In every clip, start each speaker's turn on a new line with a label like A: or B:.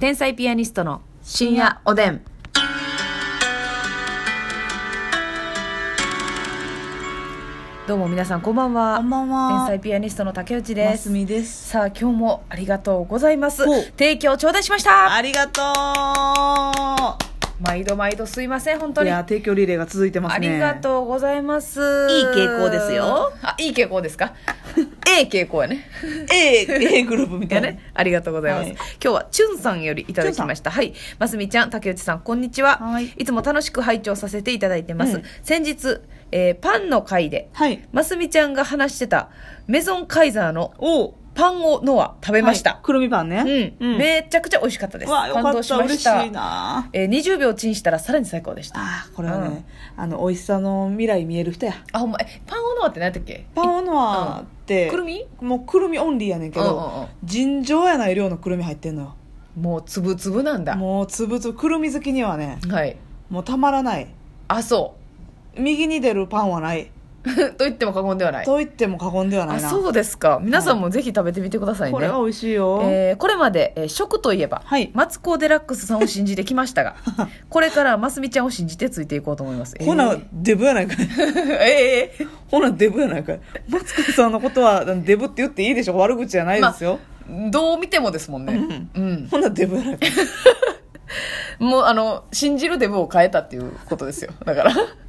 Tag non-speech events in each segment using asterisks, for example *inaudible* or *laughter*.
A: 天才ピアニストの深夜おでん。どうも皆さんこんばんは。
B: こんばんは
A: 天才ピアニストの竹内
B: マ
A: で
B: ス
A: す。
B: ミです。
A: さあ今日もありがとうございます
B: ほう。
A: 提供頂戴しました。
B: ありがと
A: 毎度毎度すいません本当
B: う。い
A: に。
B: や提供リレーが続いてます
A: あ
B: ね。
A: りがとうございます。い
B: い傾向ですよ。
A: あ、いい傾向ですか
B: *laughs*
A: ?A 傾向やね。
B: う。A A グループみた
A: や
B: いな
A: ね。。ありがとうございます。
B: はい
A: 今日はチュンさんよりいただきました。はい。ますみちゃん、竹内さん、こんにちは。
B: はい
A: つも楽しく拝聴させていただいてます。
B: うん
A: 先日、えーパンの回で、
B: はい。
A: ますみちゃんが話してたメゾンカイザーの
B: お
A: パンをノア食べました。
B: くるみパンね。
A: うん、
B: め
A: めちゃくちゃ美味しかったです。
B: わよか
A: 感動
B: っ。
A: したま
B: 嬉
A: し。
B: したいな。
A: えー20秒チンしたらさらに最高でした。
B: あーこれはね、あの美味しさの未来見える人や。
A: あ、ほんま、えパンをノアって何やったっけ
B: パンオノアって、
A: くるみ
B: もうくるみオンリーやねんけ
A: うんうんうん
B: ど、尋常やない量のくるみ入ってんの
A: もうつぶつぶなんだ
B: よ。もうつぶつぶくるみ好きにはね、
A: はい
B: もうたまらない。
A: あそ
B: 右に出るパンはない。
A: う *laughs* と言っても過言ではない
B: と言っても過言ではな
A: あ
B: いな。
A: そうですか皆さんもぜひ食べてみてくださいね、
B: これは美味しいよ。
A: えーこれまで、えー食といえば、
B: はい
A: マツコ・デラックスさんを信じてきました
B: *laughs*
A: がこれからますみちゃんを信じてついていこうと思います
B: ほな、
A: え
B: デブやないかい。
A: ーえー
B: ほな、デブやないかい。マツコさんのことは、デブって言っていいでしょ悪口じゃないですよ。
A: どう見てもですもんね、うん
B: ほな、デブやな
A: *laughs*
B: いかい。
A: もうあの信じるデブを変えたっていうことですよだから *laughs*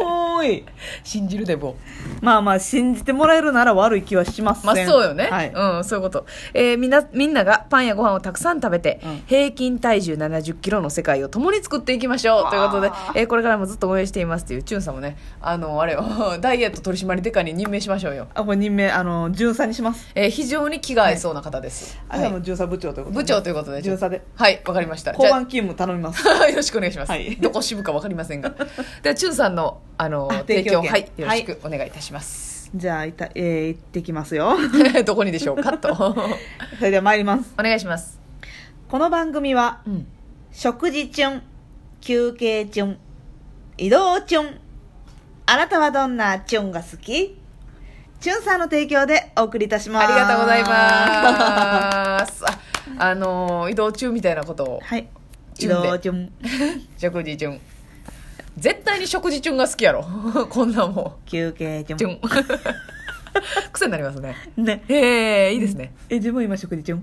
B: おーい。
A: 信じるデブを
B: まあまあ、信じてもらえるなら悪い気はしません。
A: まあそうよね、
B: はい。
A: うんそういうこと、えーみんなみんながパンやご飯をたくさん食べて、
B: うん
A: 平均体重7 0キロの世界を共に作っていきましょう
B: わあ
A: ということで、えーこれからもずっと応援していますっていうチュンさんもねあのあれよ *laughs* ダイエット取締デカに任命しましょうよ、
B: あ、これ任命、あの、巡査にします。
A: えー非常に気が合いそうな方です、
B: あ、
A: は
B: はいの巡査部長ということ
A: 部長ということで
B: 巡査で。
A: はいわかりました
B: 交
A: じゃあ
B: 番勤務頼みます。
A: *laughs* よろしくお願いします、
B: はい
A: どこ支部かわかりませんがではチュンさんのあの
B: あ
A: 提供
B: 提供権
A: はいよろしくお願いいたします、 *laughs*
B: じゃあ、いた、えー、行ってきますよ。
A: どこにでしょうか
B: *laughs*
A: とお
B: それでは参ります。
A: 願いします、
B: この番組は、
A: うん
B: 食事中、休憩中、移動中。あなたはどんなチュンが好きチュンさんの提供でお送りいたします。
A: ありがとうございますああのー移動中みたいなこと
B: *laughs*
A: を
B: はい。
A: チ
B: 移
A: ュンで
B: 動中、
A: 食事中絶対に食事中が好きやろ *laughs* こんなんも
B: 休憩
A: うチュ
B: 中。
A: ン *laughs* 癖になりますね
B: ね。
A: へえいいですね
B: え、自分今食事中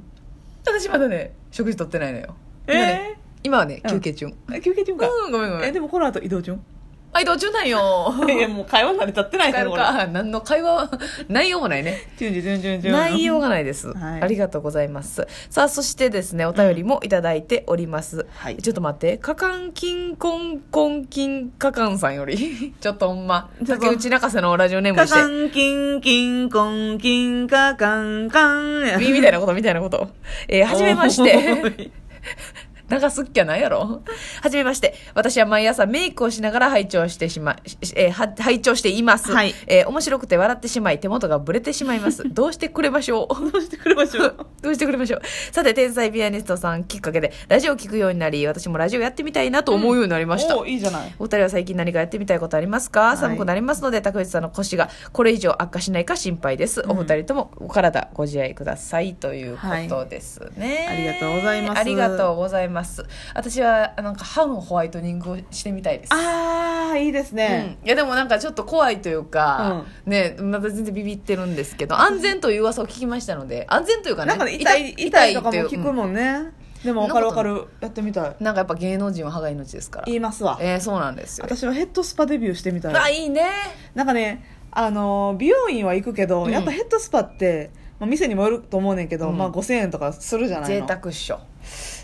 A: 私まだね食事取ってないのよ
B: え
A: 今ね今はね
B: うん
A: 休憩中、うん、
B: ー、休憩中か。
A: ごめんごめ
B: え、
A: ん
B: でもこの後移動中
A: あ移動中なんよ
B: *laughs* いや、もう会話慣れたってない
A: 帰るか何の会話 *laughs* は内容もないね
B: チュンチュンチュンチュンチュン。
A: 内容がないです、
B: はい
A: ありがとうございますさあそしてですねお便りもいただいております、
B: はい
A: ちょっと待ってカカンキンコンコンキンカカンさんより *laughs* ちょっとほんま
B: ちょっと
A: 竹内中瀬のラジオネーム
B: カ
A: にして
B: カンキンキンコンキンカカンカンや。
A: ビーみたいなことみたいなことえー、はじめまし
B: お
A: て
B: ーい。
A: 流すっきゃ *laughs* ないやろはじめまして私は毎朝メイクをしながら拝聴してしましえーは拝聴しています、
B: はい
A: えー面白くて笑ってしまい手元がぶれてしまいますどうしてくれましょう
B: *laughs* どうしてくれましょう
A: *laughs* どうしてくれましょう。さて、天才ピアニストさんきっかけで、ラジオを聞くようになり、私もラジオやってみたいなと思うようになりました。
B: おーいいじゃない。
A: お二人は最近何かやってみたいことありますか、
B: い
A: 寒くなりますので、竹内さんの腰がこれ以上悪化しないか心配です。お二人ともお体ご自愛くださいということですね、
B: はいありがとうございます
A: ありがとうございます。私は、なんか歯のホワイトニングをしてみたいです。
B: ああいいですね、
A: うん、いやでもなんかちょっと怖いというか、ねまた全然ビビってるんですけど安全という噂を聞きましたので安全というかね
B: なんかね痛い痛いとかも聞く
A: ん
B: もんね、でも分かる分かるやってみたい
A: なんかやっぱ芸能人は歯が命ですから
B: 言いますわ
A: えー、そうなんですよ
B: 私はヘッドスパデビューしてみた
A: あ
B: い
A: いいね
B: なんかねあのー美容院は行くけど、
A: うん
B: やっぱヘッドスパって、まあ、店にもよると思うねんけど、
A: うん
B: まあ5000円とかするじゃない
A: 贅
B: の
A: 沢っしょ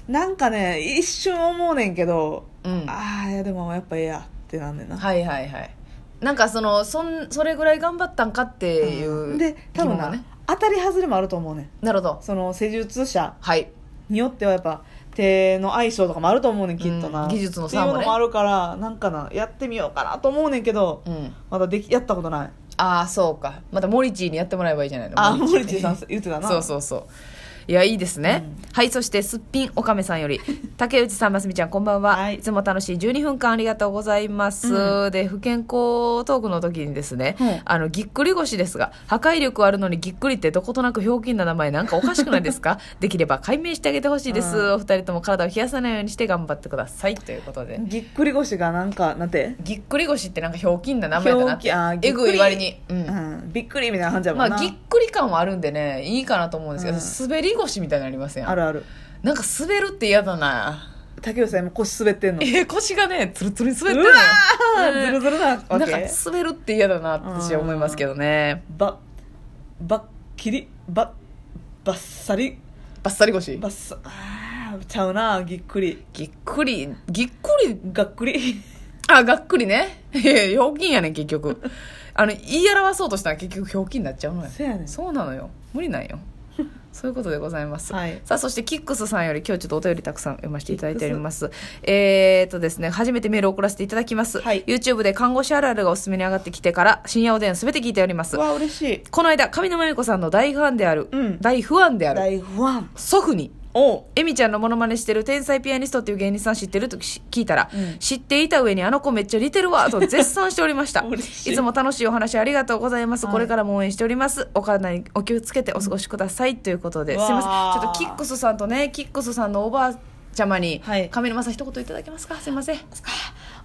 B: なんかね一瞬思うねんけど、
A: うんは
B: ああいやでもやっぱええやってなんねんな、
A: いはいはいなんかそのそんそれぐらい頑張ったんかっていううん
B: で多分
A: 疑問
B: な、
A: がね
B: 当たり外れもあると思うねん
A: なるほど
B: その施術者
A: はい
B: によってはやっぱ手の相性とかもあると思うねんきっとな、
A: うん技術の差もね
B: っていうのもあるからなんかなやってみようかなと思うねんけど、
A: うん
B: まだできやったことない
A: ああそうかまたモリチーにやってもらえばいいじゃないの
B: あモ
A: ー
B: リチーさん言ってたな
A: そうそうそういやいいですね、
B: うん
A: はいそしてすっぴんおかめさんよ
B: *laughs*
A: り竹内さんますみちゃんこんばんは、
B: はい
A: い、つも楽しい12分間ありがとうございます、
B: う
A: で不健康トークの時にですね、
B: はい
A: あのぎっくり腰ですが破壊力あるのにぎっくりってどことなくひょうきんな名前なんかおかしくないです
B: *laughs*
A: かできれば解明してあげてほしいです、
B: うん
A: お二人とも体を冷やさないようにして頑張ってくださいということで
B: ぎっくり腰がなんかなんて
A: ぎっくり腰ってなんかひょうきんな名前だなって
B: ひょうきんあーぎ
A: え
B: っくり
A: ぐい割に、う
B: うんんびっくりみたいな感じやも
A: ま
B: んな、
A: あ、ぎっくり感はあるんでねいいかなと思うんですけど、
B: うん
A: 滑り腰みたいになりますやん
B: あるある
A: なんか滑るって嫌だな
B: 竹内さん今腰滑ってん
A: *laughs*
B: の
A: え腰がねつるつるに滑って
B: う
A: る
B: わ
A: のよ
B: ーずるずるな
A: な
B: わ
A: んか
B: け
A: 滑るって嫌だなって私は思いますけどね
B: ばばっきりばばっさり
A: バッサリ腰
B: ばっさあーちゃうなぎっくり
A: ぎっくりぎっくり
B: がっく
A: *laughs*
B: り
A: あがっくりね *laughs* いやひょうきんやねん結局 *laughs* あの言い表そうとしたら結局ひょうきんになっちゃうのよ
B: そうやねん
A: そうなのよ無理なん *laughs* よそういうことでございます、
B: はい
A: さあそしてキックスさんより今日ちょっとお便りたくさん読ませていただいておりますえー、っとですね初めてメールを送らせていただきます、
B: はい
A: YouTube で看護師あるあるがおすすめに上がってきてから深夜おでんすべて聞いております
B: わあ嬉しい
A: この間上沼恵美子さんの大ファンである、
B: うん
A: 大不安である
B: 大ファン
A: 祖父に
B: おう
A: エミちゃんのモノマネしてる天才ピアニストっていう芸人さん知ってるとし聞いたら、
B: うん
A: 知っていた上にあの子めっちゃ似てるわと絶賛しておりました
B: *laughs* 嬉しい
A: つも楽しいお話ありがとうございます、
B: はい
A: これからも応援しておりますお体にお気をつけてお過ごしください、ということで
B: う
A: すい
B: わー
A: ませんちょっとキックスさんとねキックスさんのおばあちゃまに、
B: はい
A: 上沼さん一言いただけますかすいませんそ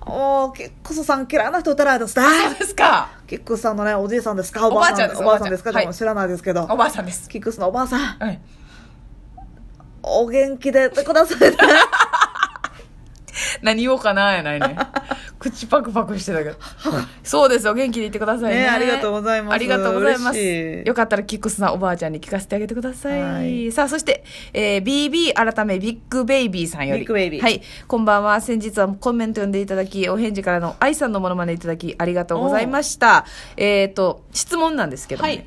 B: おー結構さん嫌いな人いたらですね
A: うですか
B: キックスさんのね、おじいさんですかお
A: お
B: ば
A: ば
B: あ
A: あ
B: さ
A: ちゃ
B: ん
A: んです
B: おばあさんですか
A: おばあちゃん
B: でも知らないですけど
A: *laughs* お。ばあさんです
B: キックスのおばあさん、
A: はい
B: お元気でくださいね。
A: 何言おうかなやない
B: *laughs*
A: ね口パクパクしてたけどそうですお元気でいってくださいね
B: ねありがとうございます
A: ありがとうございます
B: 嬉しい
A: よかったらキックスなおばあちゃんに聞かせてあげてください、
B: はい
A: さあそして、えー BB 改めビッグベイビーさんより
B: ビッグベイビー
A: はいこんばんは先日はコメント読んでいただきお返事からの愛さんのものまねいただきありがとうございましたえっ、と質問なんですけどもね、
B: はい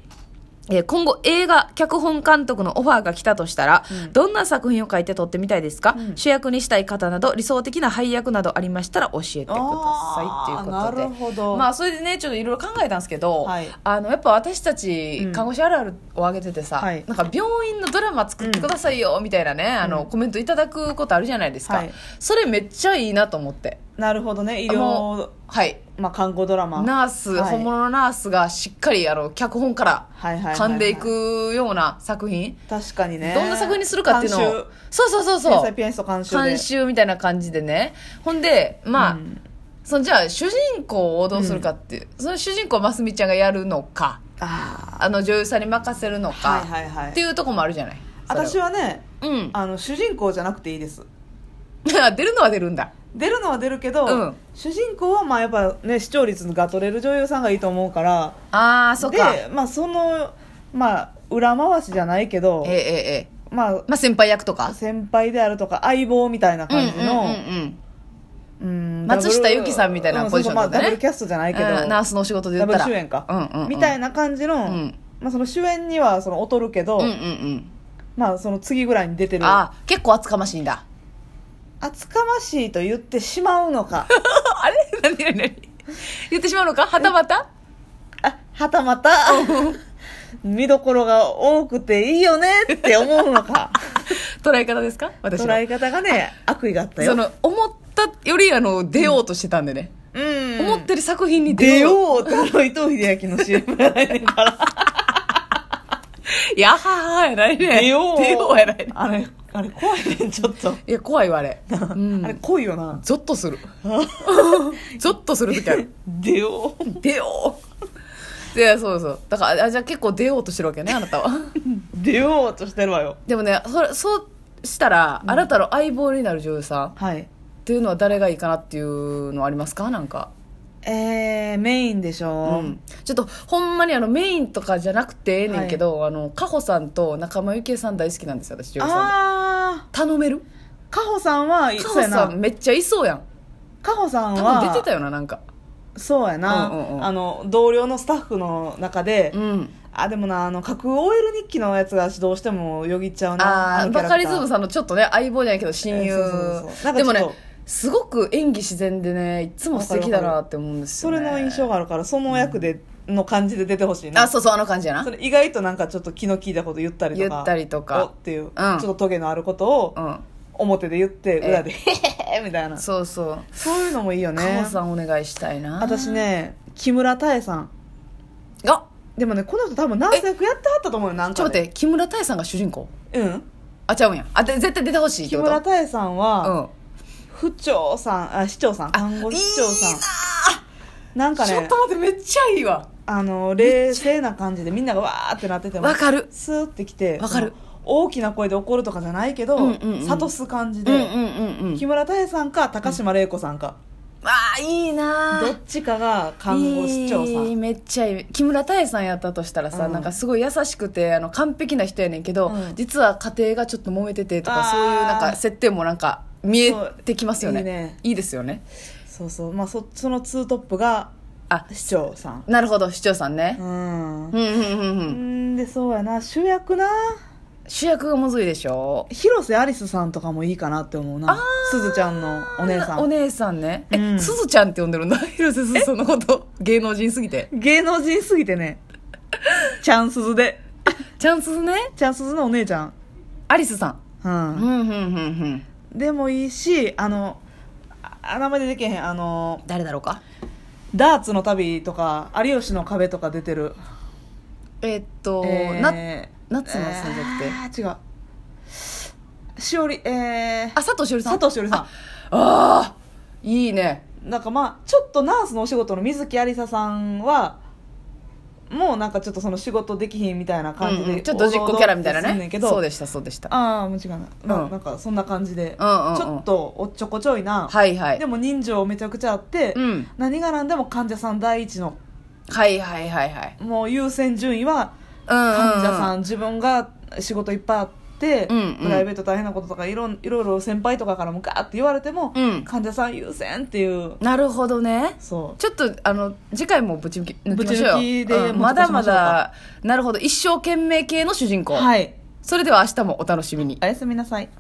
A: えー今後映画脚本監督のオファーが来たとしたら、
B: うん
A: どんな作品を書いて撮ってみたいですか、
B: うん
A: 主役にしたい方など理想的な配役などありましたら教えてくだ
B: あ
A: さい
B: ー
A: ということで
B: なるほど
A: まあそれでねちょっといろいろ考えたんですけど、
B: はい
A: あのやっぱ私た
B: う
A: ち
B: ん
A: 看護師あるあるを挙げててさ、
B: はい
A: なんか病院のドラマ作ってくださいよみたいなね、あのコメントいただくことあるじゃないですか、
B: はい
A: それめっちゃいいなと思って
B: なるほどね、医
A: も
B: 療、
A: はい
B: まあ、看護ドラマ。
A: ナース、
B: はい
A: 本物のナースがしっかりあの脚本から
B: はいはいはいはい
A: 噛んでいくような作品、
B: 確かにね。
A: どんな作品にするかっていうのを
B: 監
A: そうそうそう
B: 修天
A: そ
B: 才
A: う
B: ピアニスト監修で。
A: 監修みたいな感じでねほんでまあ、
B: うん
A: そのじゃあ主人公をどうするかって、その主人公をますみちゃんがやるのか
B: あ
A: あの女優さんに任せるの
B: あ。
A: か、
B: はいはいは
A: って
B: い。
A: いうとこもあるじゃないそれは
B: 私はね、
A: うん *laughs*
B: あの、主人公じゃなくていいです。
A: 出るのは出るんだ
B: 出るのは出るけど、
A: うん
B: 主人公はまあやっぱね、視聴率が取れる女優さんがいいと思うから、
A: ああそっかえ
B: で、まあその、まあ裏回しじゃないけど
A: え、えええ
B: まあ
A: えまあ先輩役とか
B: 先輩であるとか相棒みたいな感じの、
A: うんうんうんうん
B: うん
A: 松下
B: ダブル
A: 由紀さんみたいな
B: うんそ
A: ポ
B: う
A: ジション
B: そうまあ
A: だね
B: ダブルキャストじゃないけど、
A: うんナースのお仕事で
B: ダ
A: 言っ
B: ブ
A: た
B: ル
A: ら
B: 主演か、
A: うんうんうん
B: みたいな感じの、
A: うん
B: まあ、その主演にはその劣るけど、
A: うんうんうん
B: まあその次ぐらいに出てる
A: ああ結構厚かましいん
B: *laughs*
A: だ
B: 厚かましいと言ってしまうのか
A: あれ何何何言ってしまうのかはたまた
B: あはたまた見どころが多くていいよねって思うのか
A: *laughs* 捉え方ですか私の
B: 捉え方がね悪意があったよ
A: その思ったよりあの出ようとしてたんでね、
B: うん
A: 思ってる作品に
B: 出
A: 出よう
B: ようってあの伊藤英明の CM やないね
A: *laughs*
B: んから
A: いやははやないね
B: 出よう
A: 出ようやないね
B: あれあれ怖いねちょっと、
A: いや怖いわあれ、うん
B: *laughs* あれ濃いよな
A: ゾッと
B: *laughs*
A: するゾッとする時ある
B: 出よう
A: 出ようでそうそうだからあじゃあ結構出ようとしてるわけねあなた
B: *laughs*
A: は
B: 出ようとしてるわよ
A: でもねそれそうしたら、あなたの相棒になる女優さんっ
B: はい
A: ていうのは誰がいいかなっていうのありますかなんか
B: えー、メインでしょ、
A: うんちょっとほんまにあのメインとかじゃなくてええねんけど、あのカホさんと仲間由紀恵さん大好きなんですよ私女優さんで
B: ああ
A: 頼める
B: カホさんは
A: カ
B: そう
A: ホ
B: や
A: さ
B: なん
A: めっちゃいそうやん
B: カホさん
A: 多
B: は
A: 分出てたよななんか
B: そうや
A: う
B: な、
A: んうんうん
B: あの同僚のスタッフの中で、
A: うん
B: あでもなあの架空 OL 日記のやつがどうしてもよぎっちゃうな
A: あ
B: あ
A: ー
B: のキャ
A: バ
B: ラ
A: カ
B: ク
A: リ
B: ター
A: ズムさんのちょっとね相棒じゃないけど親友、
B: えーそうそうそうなんかちょっと
A: でもねすごく演技自然でねいつも素敵だなって思うんです
B: そ
A: よ、ね、
B: れの印象があるからその役での感じで出てほしいな。
A: あ、そうそう、あの感じやな
B: そ。れ意外となんかちょっと気の利いたこと言ったりとか。
A: 言ったりと
B: お
A: か
B: っ。ていう、ちょ
A: ん
B: っとトゲのあることを
A: う
B: 表で言って、
A: え。。
B: 裏で、へへへ *laughs* みたいなん
A: そうそう。
B: そういうのもいいよ
A: カ
B: ね
A: モ。さんお願いしたいな。
B: 私。ね、木村多江さん。
A: あ
B: でもね、この人多分何役やってはったと思うよ、なん
A: ちょっ
B: か
A: と待
B: で。
A: って、木村多江さんが主人公
B: うん。
A: あ、ちゃうんや。あ、で絶対出てほしいっ
B: 木
A: てこと
B: 村多江さんは、
A: うん。
B: 府長さん、あ、市長さん、看護市長
A: いい
B: さ。
A: なん
B: なんか
A: ちょっ
B: ね
A: と、待って、めっちゃいいわ。
B: あの、冷静な感じでみんながわーってなってても、
A: わかる。
B: スーってきて、
A: わかる
B: その。大きな声で怒るとかじゃないけど、
A: うんうんうん
B: 諭す感じ
A: う
B: で、
A: んうんうんうん
B: 木。村多江さんか高島玲子さんか、
A: ああ、いいな
B: どっちかが看護師長さん、
A: いいめっちゃいい木村多江さんやったとしたらさ、
B: うん
A: なんかすごい優しくてあの完璧な人やねんけど、
B: うん
A: 実は家庭がちょっと揉めててと
B: あ
A: か
B: ー
A: そういうなんか設定もなんか見えてきますよね
B: そういいね
A: いいですよね
B: そうそうまあそそのツートップが
A: あ
B: 市長さん
A: なるほど市長さんね
B: う、ん
A: うん、うんうんうん
B: うんでそうやな主役な
A: 主役がむずいでしょ
B: 広瀬アリスさんとかもいいかなって思うなすずちゃんのお姉さ
A: お
B: ん
A: 姉さんねえ、
B: うん
A: すずちゃんって呼んでるんだ *laughs* 広瀬すずさんのこと芸能人すぎて
B: 芸能人すぎてねチャンスズで
A: チャンスね
B: チャンスズのお姉ちゃん
A: アリスさん
B: うん
A: うんうんうんうん
B: でもいいしあのあ名前出てけへんあの
A: 誰だろうか
B: ダーツの旅とか有吉の壁とか出てる
A: えーっと、
B: えー
A: な夏のせいじゃなくて、
B: えー違うしおりえ
A: あ
B: ー、
A: 佐藤しおりさん
B: 佐藤しおりさ
A: ああいいね
B: んなんかまあちょっとナースのお仕事の水木有りささんはもうなんかちょっとその仕事できひんみたいな感じで、
A: うんうんちょっとドジっ子キャラみたいな
B: おどおどっとすん
A: ね
B: んけど
A: そうでしたそうでした
B: ああもう違うな、まあ
A: うん
B: なんかそんな感じで、
A: うんうんうん
B: ちょっとおっちょこちょいな、
A: はいはい
B: でも人情めちゃくちゃあって、
A: うん
B: 何が何でも患者さん第一の
A: はいはいはいはい
B: もう優先順位は
A: うんうんうん
B: 患者さん、自分が仕事いっぱいあって、
A: うんうん
B: プライベート大変なこととかいろんいろいろ先輩とかからもガーって言われても、
A: うん
B: 患者さん優先っていう
A: なるほどね
B: そ
A: ちょっとあの次回もぶち抜き抜きましょうよ
B: ぶち抜きで
A: うん
B: もう
A: ま
B: ちょ
A: だ
B: っとし
A: ま
B: ましょうか
A: だなるほど一生懸命系の主人
B: う
A: 公
B: はい
A: それでは明日もお楽しみに
B: おやすみなさい